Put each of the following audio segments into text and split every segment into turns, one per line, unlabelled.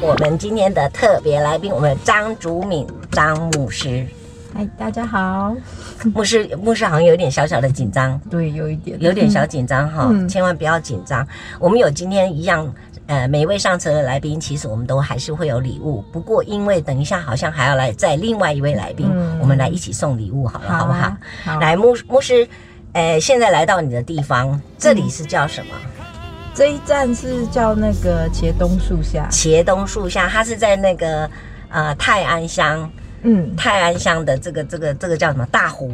我们今天的特别来宾，我们张竹敏张牧师，
嗨，哎大家好。
牧师牧师好像有点小小的紧张，
对，有一点，
有点小紧张哈，
嗯
千万不要紧张。我们有今天一样，呃，每一位上车的来宾，其实我们都还是会有礼物，不过因为等一下好像还要来再另外一位来宾，
嗯
我们来一起送礼物好了，好不好
啊？？好，
来，牧牧师，呃，现在来到你的地方，这里是叫什么？
嗯这一站是叫那个茄冬树下，
茄冬树下，它是在那个呃泰安乡。
嗯，
泰安乡的这个这个这个叫什么大湖？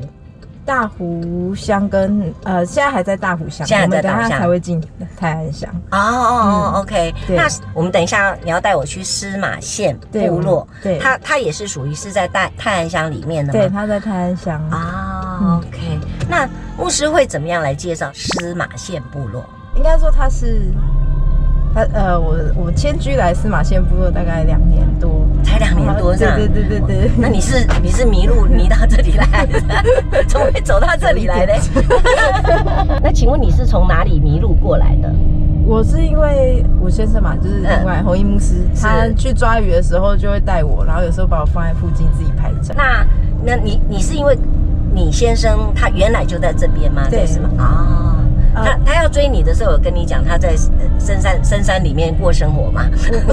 大湖乡跟呃，现在还在大湖乡，
现在
我
在
们等
大湖
下
乡
才会进泰安乡。
哦哦哦，OK。
嗯对
那我们等一下你要带我去司马县
对
部落
我们，对
它它也是属于是在泰泰安乡里面的
对，嗯
吗？
他在泰安乡。
啊、o k 那牧师会怎么样来介绍司马县部落？
应该说他是他呃，我我迁居来司马县部落大概两年多，
才两年多是吧？
对嗯对对对对。
那你是你是迷路迷到这里来，还 是怎么会走到这里来呢？ 那请问你是从哪里迷路过来的？
我是因为我先生嘛，就是
嗯
另外红衣牧师，他去抓鱼的时候就会带我，然后有时候把我放在附近自己拍照。
那那你你是因为你先生他原来就在这边吗？
对
在什么？哦。
呃
他他要追你的时候，有跟你讲他在呃深山深山里面过生活吗？
嗯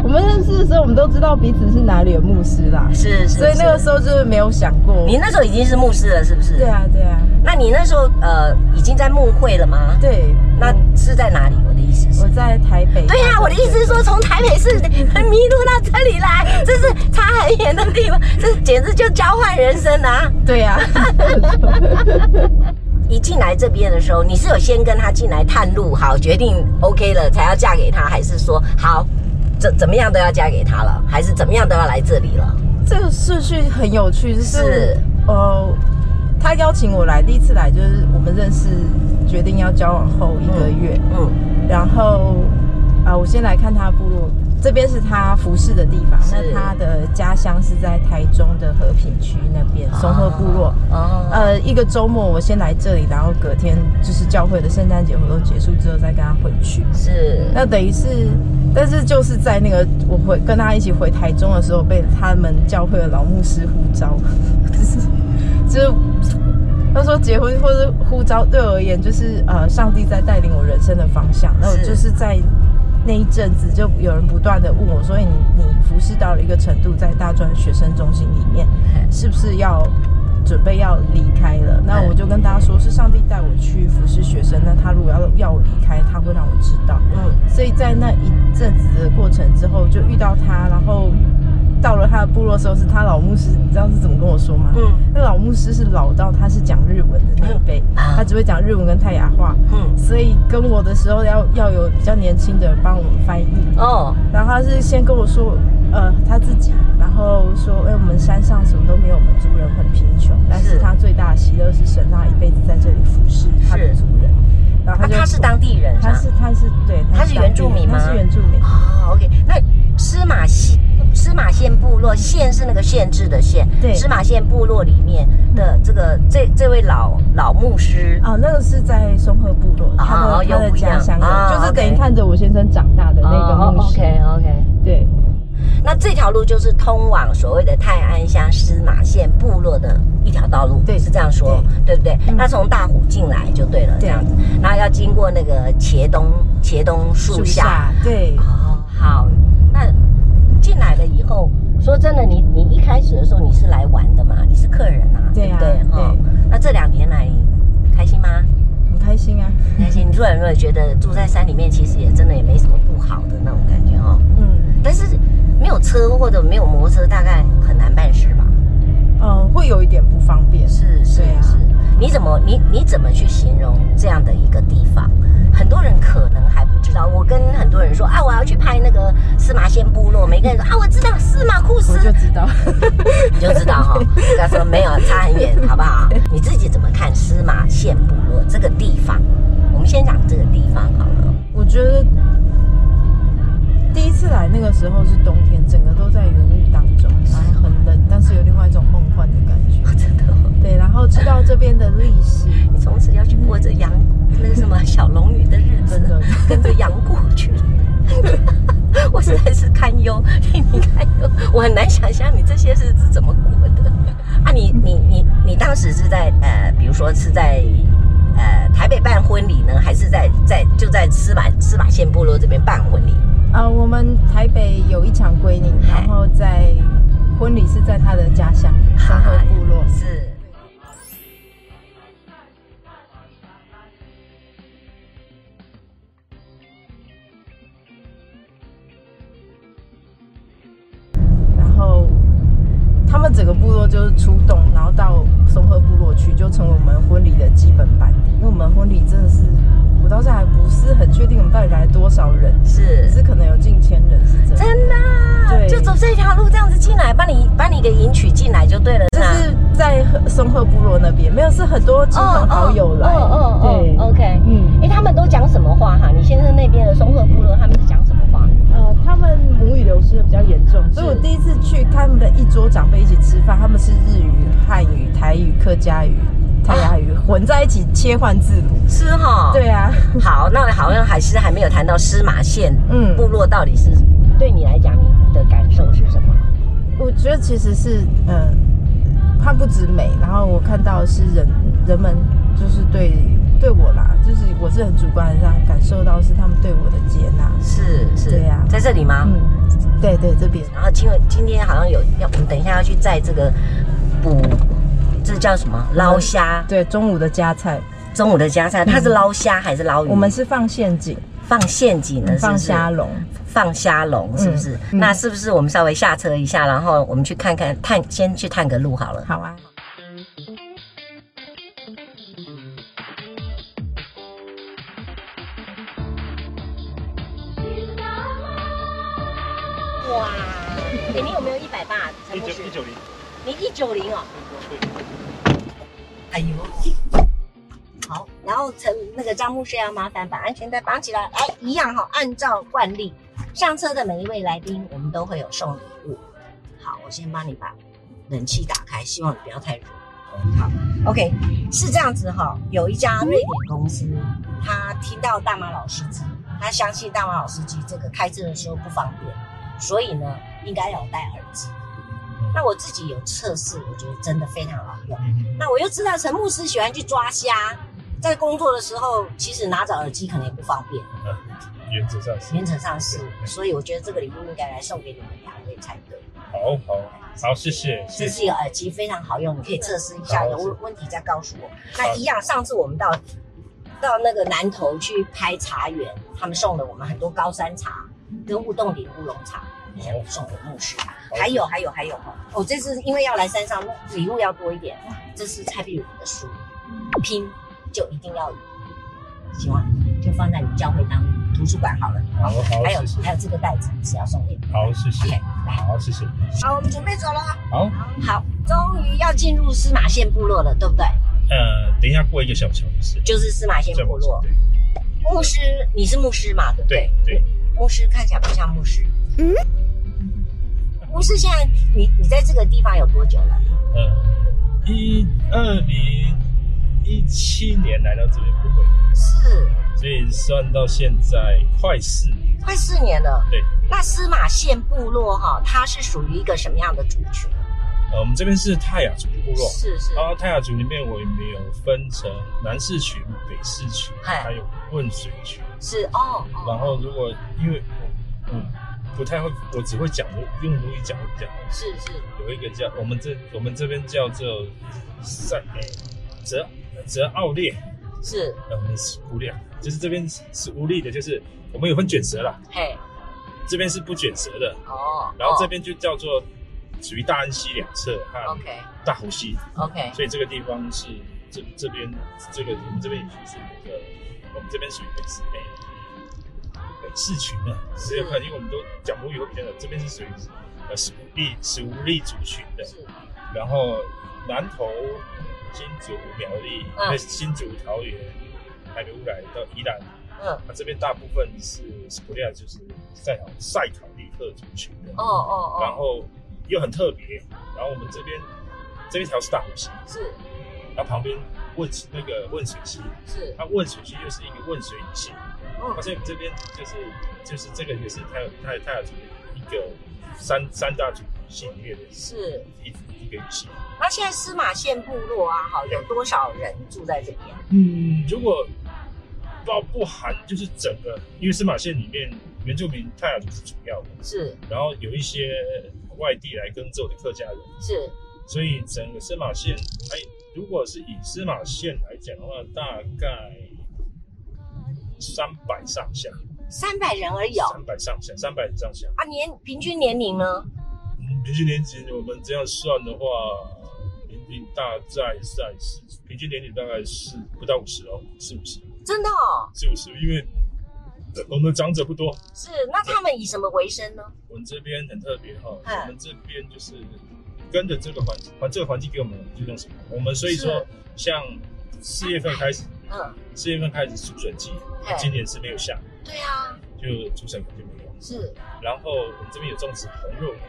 我们认识的时候，我们都知道彼此是哪里的牧师啦，
是是。
所以那个
是
时候就是没有想过。
你那时候已经是牧师了，是不是？
对。啊，对啊，
那你那时候呃已经在牧会了吗？
对。
那是在哪里？我的意思是
我。在台北。
哦对呀、我的意思是说，从台北市哎迷路到这里来，这是差很远的地方，这简直就交换人生啊！
对呀、
一进来这边的时候，你是有先跟他进来探路，好决定 OK 了才要嫁给他，还是说好怎怎么样都要嫁给他了，还是怎么样都要来这里了？
这个顺序很有趣，就是
是
呃，他邀请我来，第一次来就是我们认识，决定要交往后一个月，
嗯，
然后啊、我先来看他部落，这边是他服侍的地方，
是
那他的家乡是在台中的和平区那边松鹤部落。
哦，
呃，一个周末我先来这里，然后隔天就是教会的圣诞节活动结束之后再跟他回去。
是
那等于是，但是就是在那个我回跟他一起回台中的时候，被他们教会的老牧师呼召， 就是就是他说结婚或者呼召对我而言，就是呃，上帝在带领我人生的方向。那我
是
就是在那一阵子，就有人不断的问我，哎所以你你服侍到了一个程度，在大专学生中心里面，是不是要？准备要离开了，
哎
那我就跟大家说，是上帝带我去服侍学生。那他如果要要我离开，他会让我知道。
嗯
所以在那一阵子的过程之后，就遇到他，然后到了他的部落的时候，是他老牧师，你知道是怎么跟我说吗？
嗯
那老牧师是老到他是讲日文的那一辈，
嗯啊
他只会讲日文跟泰雅话，
嗯，
所以跟我的时候要要有比较年轻的人帮我们翻译。
哦，
然后他是先跟我说，呃，他自己，然后说，哎、我们山上什么都没有，我们族人很贫穷，但
是
是他最大的喜乐是神让他一辈子在这里服侍他的
是
族人。然后
啊，
他就、
他是当地人吧，
他是他是对，
他是原住民吗
他是原住民，
哦，OK，那司马县司马县部落县是那个县治的县，
对
司马县部落里面的这个这这位老老牧师，
啊，那个是在松鹤部落，他
哦
的他
又
的
不一样
家乡
哦
的，就是等于
OK 哦
看着我先生长大哦的那个牧师，
OK OK。
对
那这条路就是通往所谓的泰安乡司马县部落的一条道路，
对
是这样说，对不对？
嗯
那从大湖进来就对了，这
对
样子，然后要经过那个茄东茄东树下。
对
哦，好，那进来了以后，说真的，你你一开始的时候你是来玩的嘛，你是客人啊，
对啊
不对？哈
对，
那这两年来你开心吗？
很开心啊。
开心。你突然有没有觉得住在山里面，其实也真的也没什么不好的那种感觉哦？
嗯
但是没有车或者没有摩托车，大概很难办事吧？
嗯，会有一点不方便。
是是
对啊
是，你怎么你你怎么去形容这样的一个地方？很多人可能还不知道，我跟很多人说啊，我要去拍那个司马仙部落，每个人说啊，我知道司马库斯
我，就 知道，
你就知道哈、他说没有，差很远，好不好？你自己怎么看司马县部落这个地方？我们先讲这个地方好了。
我觉得第一次来那个时候是冬天，整个都在云雾当中，然后很冷，但是有另外一种梦幻的感觉。
啊，真的哦、
对，然后知道这边的历史，
你从此要去过着羊那个什么小龙女的日
真
子
的，
跟着杨过去。 我实在是堪忧， 替你堪忧，我很难想象你这些日子怎么过的。啊，你你你你当时是在呃，比如说是在呃台北办婚礼呢，还是在在就在司马司马县部落这边办婚礼？
呃，我们台北有一场归宁，
嗨
然后在婚礼是在他的家乡山
嗨
会部落。
是。
然后他们整个部落就是出动，然后到松鹤部落去，就成为我们婚礼的基本班底。因为我们婚礼真的是，我到现在还不是很确定我们到底来多少人，
是
只是可能有近千人是真的。
真的啊，
对
就走这条路这样子进来，把你把你给迎娶进来就对了，
就是
吧
是在松鹤部落那边，没有是很
哦
多亲朋好友来，哦对，
，OK。
嗯，
哎、他们都讲什么话哈？你先生那边的松鹤部落，他们是讲什么话？
呃，他们母语流失的比较严重，所以我第一次去看他们的一桌长辈一起吃饭，他们是日语、汉语、台语、客家语、泰雅语、混在一起切换字母。
是哈，，
对啊，
好，那好像还是还没有谈到司马县
嗯，
部落到底是、对你来讲，你的感受是什么？
我觉得其实是呃，它不止美，然后我看到的是人人们就是对对我啦，就是我是很主观的这样感受到是他们对我的接纳。
是是，
对啊
在这里吗？
嗯，对对，这边
然后今晚今天好像有要，我们等一下要去载这个捕，这叫什么？捞虾。
对中午的加菜，
中午的加菜，它是捞虾嗯还是捞鱼？
我们是放陷阱，
放陷阱的，是不是
放虾笼。
放虾笼是不是？
嗯
那是不是我们稍微下车一下，然后我们去看看探，先去探个路好了。
好啊。
哇，欸、你有没有一百八？
一九一九零，
你一九零哦。哎呦，好，然后陈那个张牧师要麻烦把安全带绑起来。哎，一样哈、按照惯例，上车的每一位来宾，我们都会有送礼物。好，我先帮你把冷气打开，希望你不要太热。好，OK，是这样子哈、有一家瑞典公司，他听到大马老司机，他相信大马老司机这个开车的时候不方便，所以呢，应该要戴耳机。那我自己有测试，我觉得真的非常好用。那我又知道陈牧师喜欢去抓虾，在工作的时候其实拿着耳机可能也不方便，
原则上是
原则上是，所以我觉得这个礼物应该来送给你们两位才对。
好好好，谢谢
这
谢谢。
是一个耳机，非常好用，你可以测试一下，
好
有问问题再告诉我。那一样，上次我们到到那个南头去拍茶园，他们送了我们很多高山茶跟雾洞顶乌龙茶，送给牧师。还有还有还有哦，这次因为要来山上，礼物要多一点。这是蔡壁如的书，拼就一定要赢，行吗？就放在你教会当图书馆好了。
好好
还有
谢谢
还有这个袋子是要送给你。
好谢谢
OK，
好谢谢。
好，我们准备走了。
好，
好，终于要进入司马县部落了，对不对？
呃，等一下过一个小桥就是
就是司马县部落。
对
牧师，你是牧师嘛？对不对
对？对。
牧师看起来不像牧师。嗯。牧师，现在你你在这个地方有多久了？
呃，一二零一七年来到这边不会，
是，
所以算到现在快四年。
快四年了。
对，
那司马县部落哈、它是属于一个什么样的族群？
呃，我们这边是泰雅族部落，
是是
然后泰雅族里面我们有分成南市群、北市群，
嗨
还有汶水群。
是哦哦嗯
然后如果因为我我不太会，我只会讲用母语讲讲。
是是，
有一个叫我们这我们这边叫做塞诶泽泽奥列，
是，
呃，我们是无力，就是这边是是无力的，就是我们有分卷舌啦，
嘿，
这边是不卷舌的，
哦，
然后这边就叫做属于大安溪两侧
哦
和
，OK
大湖溪，
OK，
所以这个地方是这这边这个我们这边已经是那个我们这边属于北市北北市群了，只有看，因为我们都讲母语会比较少，这边是属于呃史无力史无力族群的，
是，
然后南投、新竹、苗栗、
嗯
那新竹、桃园、海北乌来到宜兰，
嗯，
那这边大部分是斯普利亚，就是赛考赛考利特族群的，
哦哦
然
哦，
后又很特别。然后我们这边这一条是大湖溪，
是
然后旁边汶那个汶水溪，
是，
它汶水溪又是一个汶水溪，
嗯，
所以这边就是就是这个也是它有它有它有一个三三大族系里面的
是。
一一个语系。
那现在司马县部落啊，好，有多少人住在这边？
嗯，如果包不含就是整个，因为司马县里面原住民泰雅族是主要的，
是
然后有一些外地来耕作的客家人，
是，
所以整个司马县，哎，如果是以司马县来讲的话，大概三百上下，
三百人而已哦。
三百上下，三百上下。
啊，年平均年龄呢？
嗯，平均年龄我们这样算的话，年龄大概在四，平均年龄大概是不到五十哦，四五十。
真的哦，
就是因为我们长者不多，
是。那他们以什么为生呢？
我们这边很特别哈、
嗯
我们这边就是跟着这个环境，环这个环境给我们就用什么，我们所以说像四月份开始，
嗯，
四月份开始储水季，
对
今年是没有下，
对啊，
就储水可能就没有。
是
然后我们这边有种植红肉梨，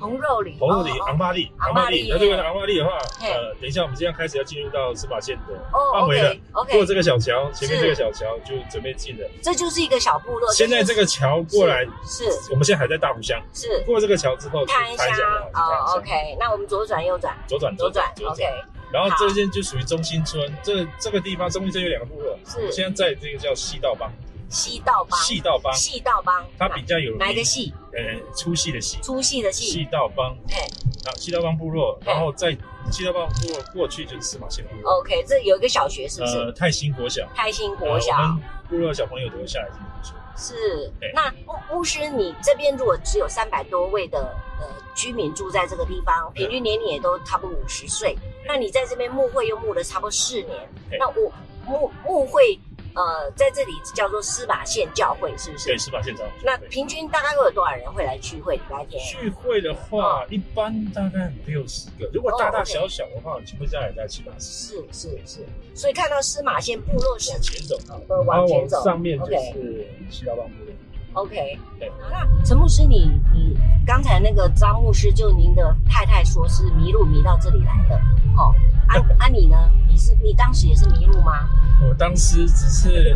红肉梨，
红肉梨、
哦
昂巴栗、
昂
昂
巴
巴
栗
栗。那这个昂巴栗的话，
嘿
呃，等一下我们这样开始要进入到司马县的
哦
范围了。
，OK
过
OK，
这个小桥，前面
是
这个小桥就准备进了。
这就是一个小部落。
现在
就
这
是
个桥过来，
是
我们现在还在大湖乡。
是
过这个桥之后，就
看一
开
下
下来，
哦
看一下
，OK。那我们左转右转，
左转，
左转
左
，OK
转。然后这边就属于中心村，这这个地方中心村有两个部落，
是
我现在在这个叫细道帮，
西道帮，
细道帮，
细道帮，
它比较有
哪一个
名，
系？
呃，粗细的细，
粗细的
细
细，
道帮，
哎
啊，细道帮部落，
哎
然后在细道帮部落过去就是司马县部落，
，OK。这有一个小学哦是不是？
呃，泰兴国小，
开心
呃
国小。
我们部落的小朋友都会下来这边读书，
是
对，
那巫巫师，你这边如果只有三百多位的呃居民住在这个地方，
对
平均年龄也都差不多五十岁，那你在这边牧会又牧了差不多四年，
对
那我牧牧会呃在这里叫做司马县教会，是不
对，
是？
司马县长。
那
对
平均大概会有多少人会来聚会？礼拜天
聚会的
啊
话，一般大概五六十个，如果
哦
大大小小的话，就会下来在七八十。
是是是，所以看到司马县部落是
往前走，
呃
然
往
后
前
往
走
上面就
OK
是西拉邦部落。
OK，
对
好那陈牧师你，你刚才那个张牧师，就您的太太说是迷路迷到这里来的，哦， 啊啊你呢？你是你当时也是迷路吗？
我当时只是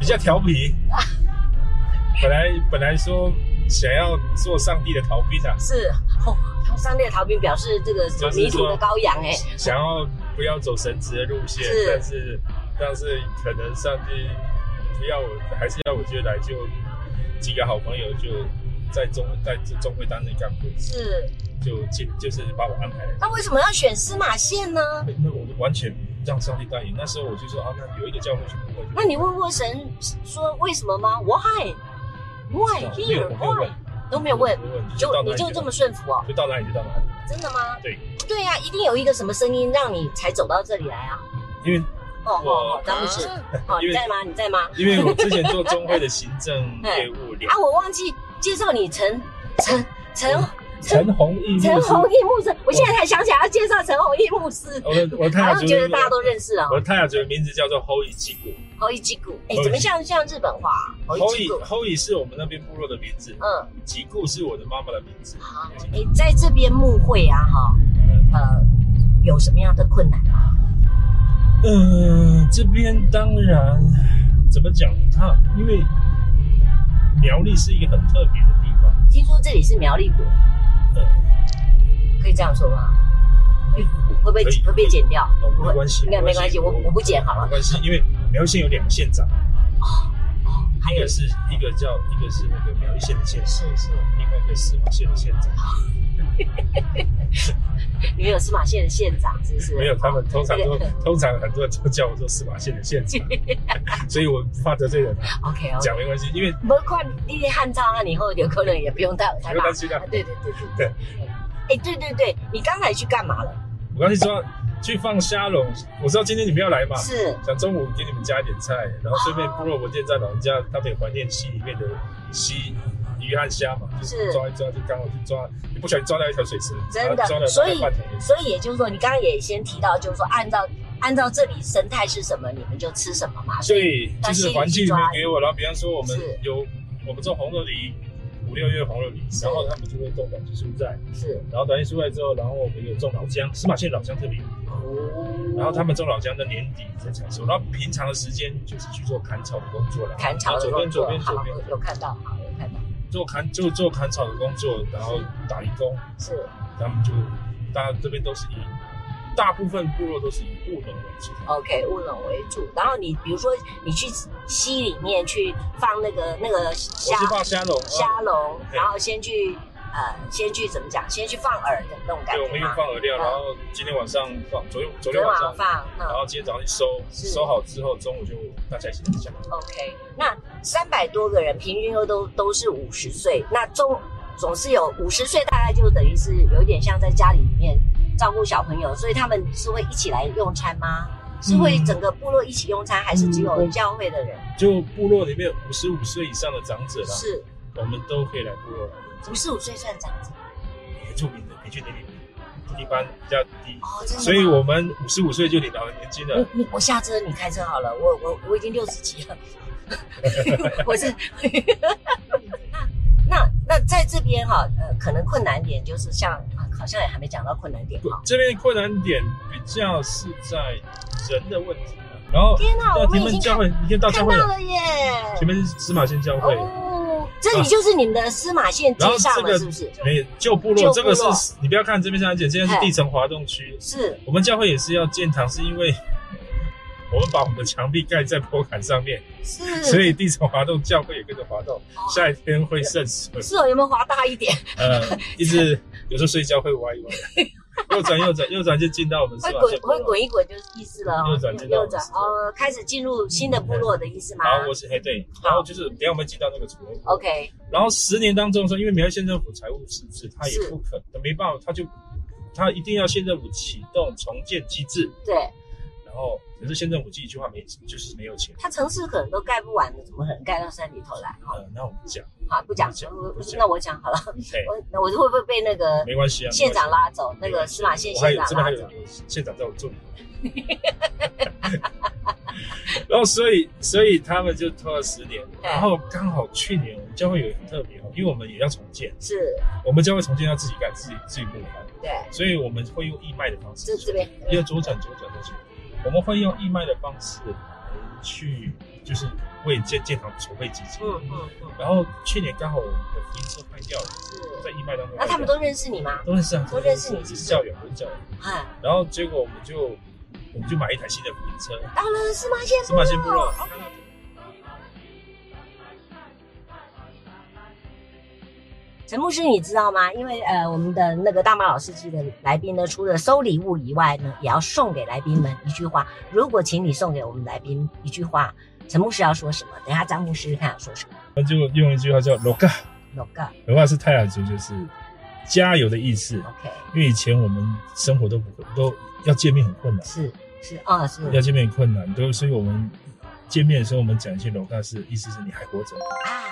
比较调 皮，本来本来说想要做上帝的逃兵啊，
是，哦，上列逃兵表示这个
就是
迷途的
说
羔羊哎、
想要不要走神职的路线
是，
但是但是可能上帝不要我，还是要我就来就几个好朋友就在中在中会担任干部，
是，
就进就是把我安排了。
那为什么要选司马县呢？
那我就完全让上帝带领。那时候我就说啊，那有一个教会去不会就。
那你问过神说为什么吗？Why? Why
我没
here?
有我没有
Why?
问，
都没有问
我，没有问，
就
到哪
你
里
就这么顺服哦？
就到哪里就到哪里。
真的吗？
对，
对呀、一定有一个什么声音让你才走到这里来啊！
因为
哦哦
我
哦，张牧师， 哦，
因
你
为
在吗？你在吗？
因为我之前做中会的行 政业务，两
啊，我忘记介绍你陈陈陈
哦陈哦弘毅牧师
陈弘，毅牧师，我现在才想起来要介绍陈弘毅牧师，
我的我的太
好
雅
像
族，
觉得大家都认识哦
我。的太雅族的名字叫做侯乙基古，
侯一吉古，哎
侯，一
怎么像像日本话啊？侯
侯
一吉
乙
古，
侯乙是我们那边部落的名字，
嗯，
吉固是我的妈妈的名字。
好，哎，在这边牧会啊，哈，呃，有什么样的困难吗？
嗯、这边当然怎么讲，它因为苗栗是一个很特别的地方，
听说这里是苗栗国，
呃，
可以这样说吗？会不会
哎可以
会被剪掉？
哦，没关系，
没有没关系，我我不剪好了。
没关系，因为苗栗县有两个县长，
还
一
有
个是一个叫一个是那个苗栗县的县市，
是是，
另外一个是马县的县长。
也有司马县的县长，是不是？哦
没有，他们通常都通常很多人都叫我做司马县的县 长，所以我不怕得罪人啊，
OK OK。
讲没关系，因为
不看你汉照案以后，有可能也不用带我太
不
麻
用
烦
担。心啊。
对对对对对。哎，对对对，你刚才去干嘛了？
我刚才说去放虾笼，我知道今天你们要来嘛，
是哦
想中午给你们加一点菜，然后顺便部落文件站老人家他们也怀念溪里面的溪鱼和虾嘛，就是是抓一抓就刚好去抓，你不小心抓到一条水蛇，
真的
然后抓了
所以
大概半条。
所以也就是说，你刚刚也先提到，就是说按照按照这里生态是什么，你们就吃什么嘛。
所
以
以就是环境里面给我，然后比方说我们
是
有我们种红肉梨，五六月红肉梨，
是
然后他们就会种短期蔬菜，
是
然后短期蔬菜之后，然后我们有种老姜，司马县老姜特别有名，
哦，
然后他们种老姜在年底才采收，然后平常的时间就是去做砍草的工作了，
砍草的
左
工
边左
作
边，
好
左边
有看到，好有看到，
做砍就做砍草的工作，然后打零工，
是
他们就大家这边都是以大部分部落都是以务农为主，
OK 务农为主。然后你比如说你去溪里面去放那个那个
我
虾
是放虾笼，啊
虾笼，
对
然后先去呃，先去怎么讲？先去放饵的那种感
对，我
觉
们用
嘛。
放饵料，
嗯
然后今天晚上放，昨天
昨
昨
天
天晚
晚上
上
放，
然
嗯
后今天早上一收，
是
收好之后中午就大家一起分享。
嗯，OK。那三百多个人，平均又都都是五十岁，那中总是有五十岁，大概就等于是有点像在家里面照顾小朋友，所以他们是会一起来用餐吗？是会整个部落一起用餐，还是只有教会的人？
就部落里面五十五岁以上的长者啦，
是
我们都可以来部落。
五十五岁算长者
原住民的平均年龄一般比较低，
哦，真的吗。
所以我们五十五岁就领到年金了。
你你我下车，你开车好了，我我我已经六十几了， 我 是那那那在这边哈、呃，可能困难点就是像啊好像也还没讲到困难点哈、
这边困难点比较是在人的问题啊，然后
天哪，
到
我们
前
已
面
经
教会，你先到
看看
教会
到
了，
了耶！
前面是司马县教会。
哦，这里就是你们的司马县街
然后
上
这
了，
个
是不是？
没旧
旧部
部落，
落哎
这个是你不要看这边像安检，现在是地层滑动区。
是
我们教会也是要建堂，是因为我们把我们墙壁盖在坡坎上面，
是， 哦
所以地层滑动，教会也跟着滑动。夏天会渗水，
是哦，有没有滑大一点？
呃，一直有时候睡觉会歪一歪，右转右转右转就进到我们
会
司马
滚
县部
会
落。
滚一滚就是意思了哦，
啊右转就到
右
我们
转
司马
哦，开始进入新的部落的意思吗
然后我是哎对，然后就是等一下我们进到那个主楼。
？OK，
然后十年当中说，因为苗栗县政府财务赤字，他也
是
不可能没办法，他就他一定要县政府启动重建机制，
对。
然后可是县政府这一句话没就是没有钱，
他城市可能都盖不完的，怎么可能盖到山里头来？哈，
呃，那我们讲，
好，不讲
不，讲
我
不讲
那我讲好了，
哎，
我那我会不会被那个
没关系啊，
县长
没关
拉走？那个司马县
系，我还
县
有
长啊
这边
拉
还
走
有？县长在我助理。 然后，所以，所以他们就拖了十年。
哎
然后刚好去年我们教会有很特别哦，因为我们也要重建，
是，
我们教会重建要自己干，自己自己募款，
对，
所以我们会用义卖的方式。
这这边
要左转左转过去，我们会用义卖的方式来去，就是为建建堂筹备基金。
嗯嗯嗯，
然后去年刚好我们的福音社卖掉了，在
是。
义卖当中卖掉了，
那他们都认识你吗？
都认识啊，
都认识你
是教友，都是教友。
啊，
然后结果我们就我们就买一台新的福音车，
到了司马县
司马县部落。
陈牧师，你知道吗？因为呃，我们的那个大马老司机的来宾呢，除了收礼物以外呢，也要送给来宾们一句话。如果请你送给我们来宾一句话，陈牧师要说什么？等一下张牧师看要说什么。
那就用一句话叫 “loga”，
有个
l o g a 是泰雅族，就是加油的意思。
OK，
因为以前我们生活都不都要见面很困难，
是是啊、是
要见面很困难，都所以我们见面的时候，我们讲一句 “loga” 是意思是你还活着。
啊。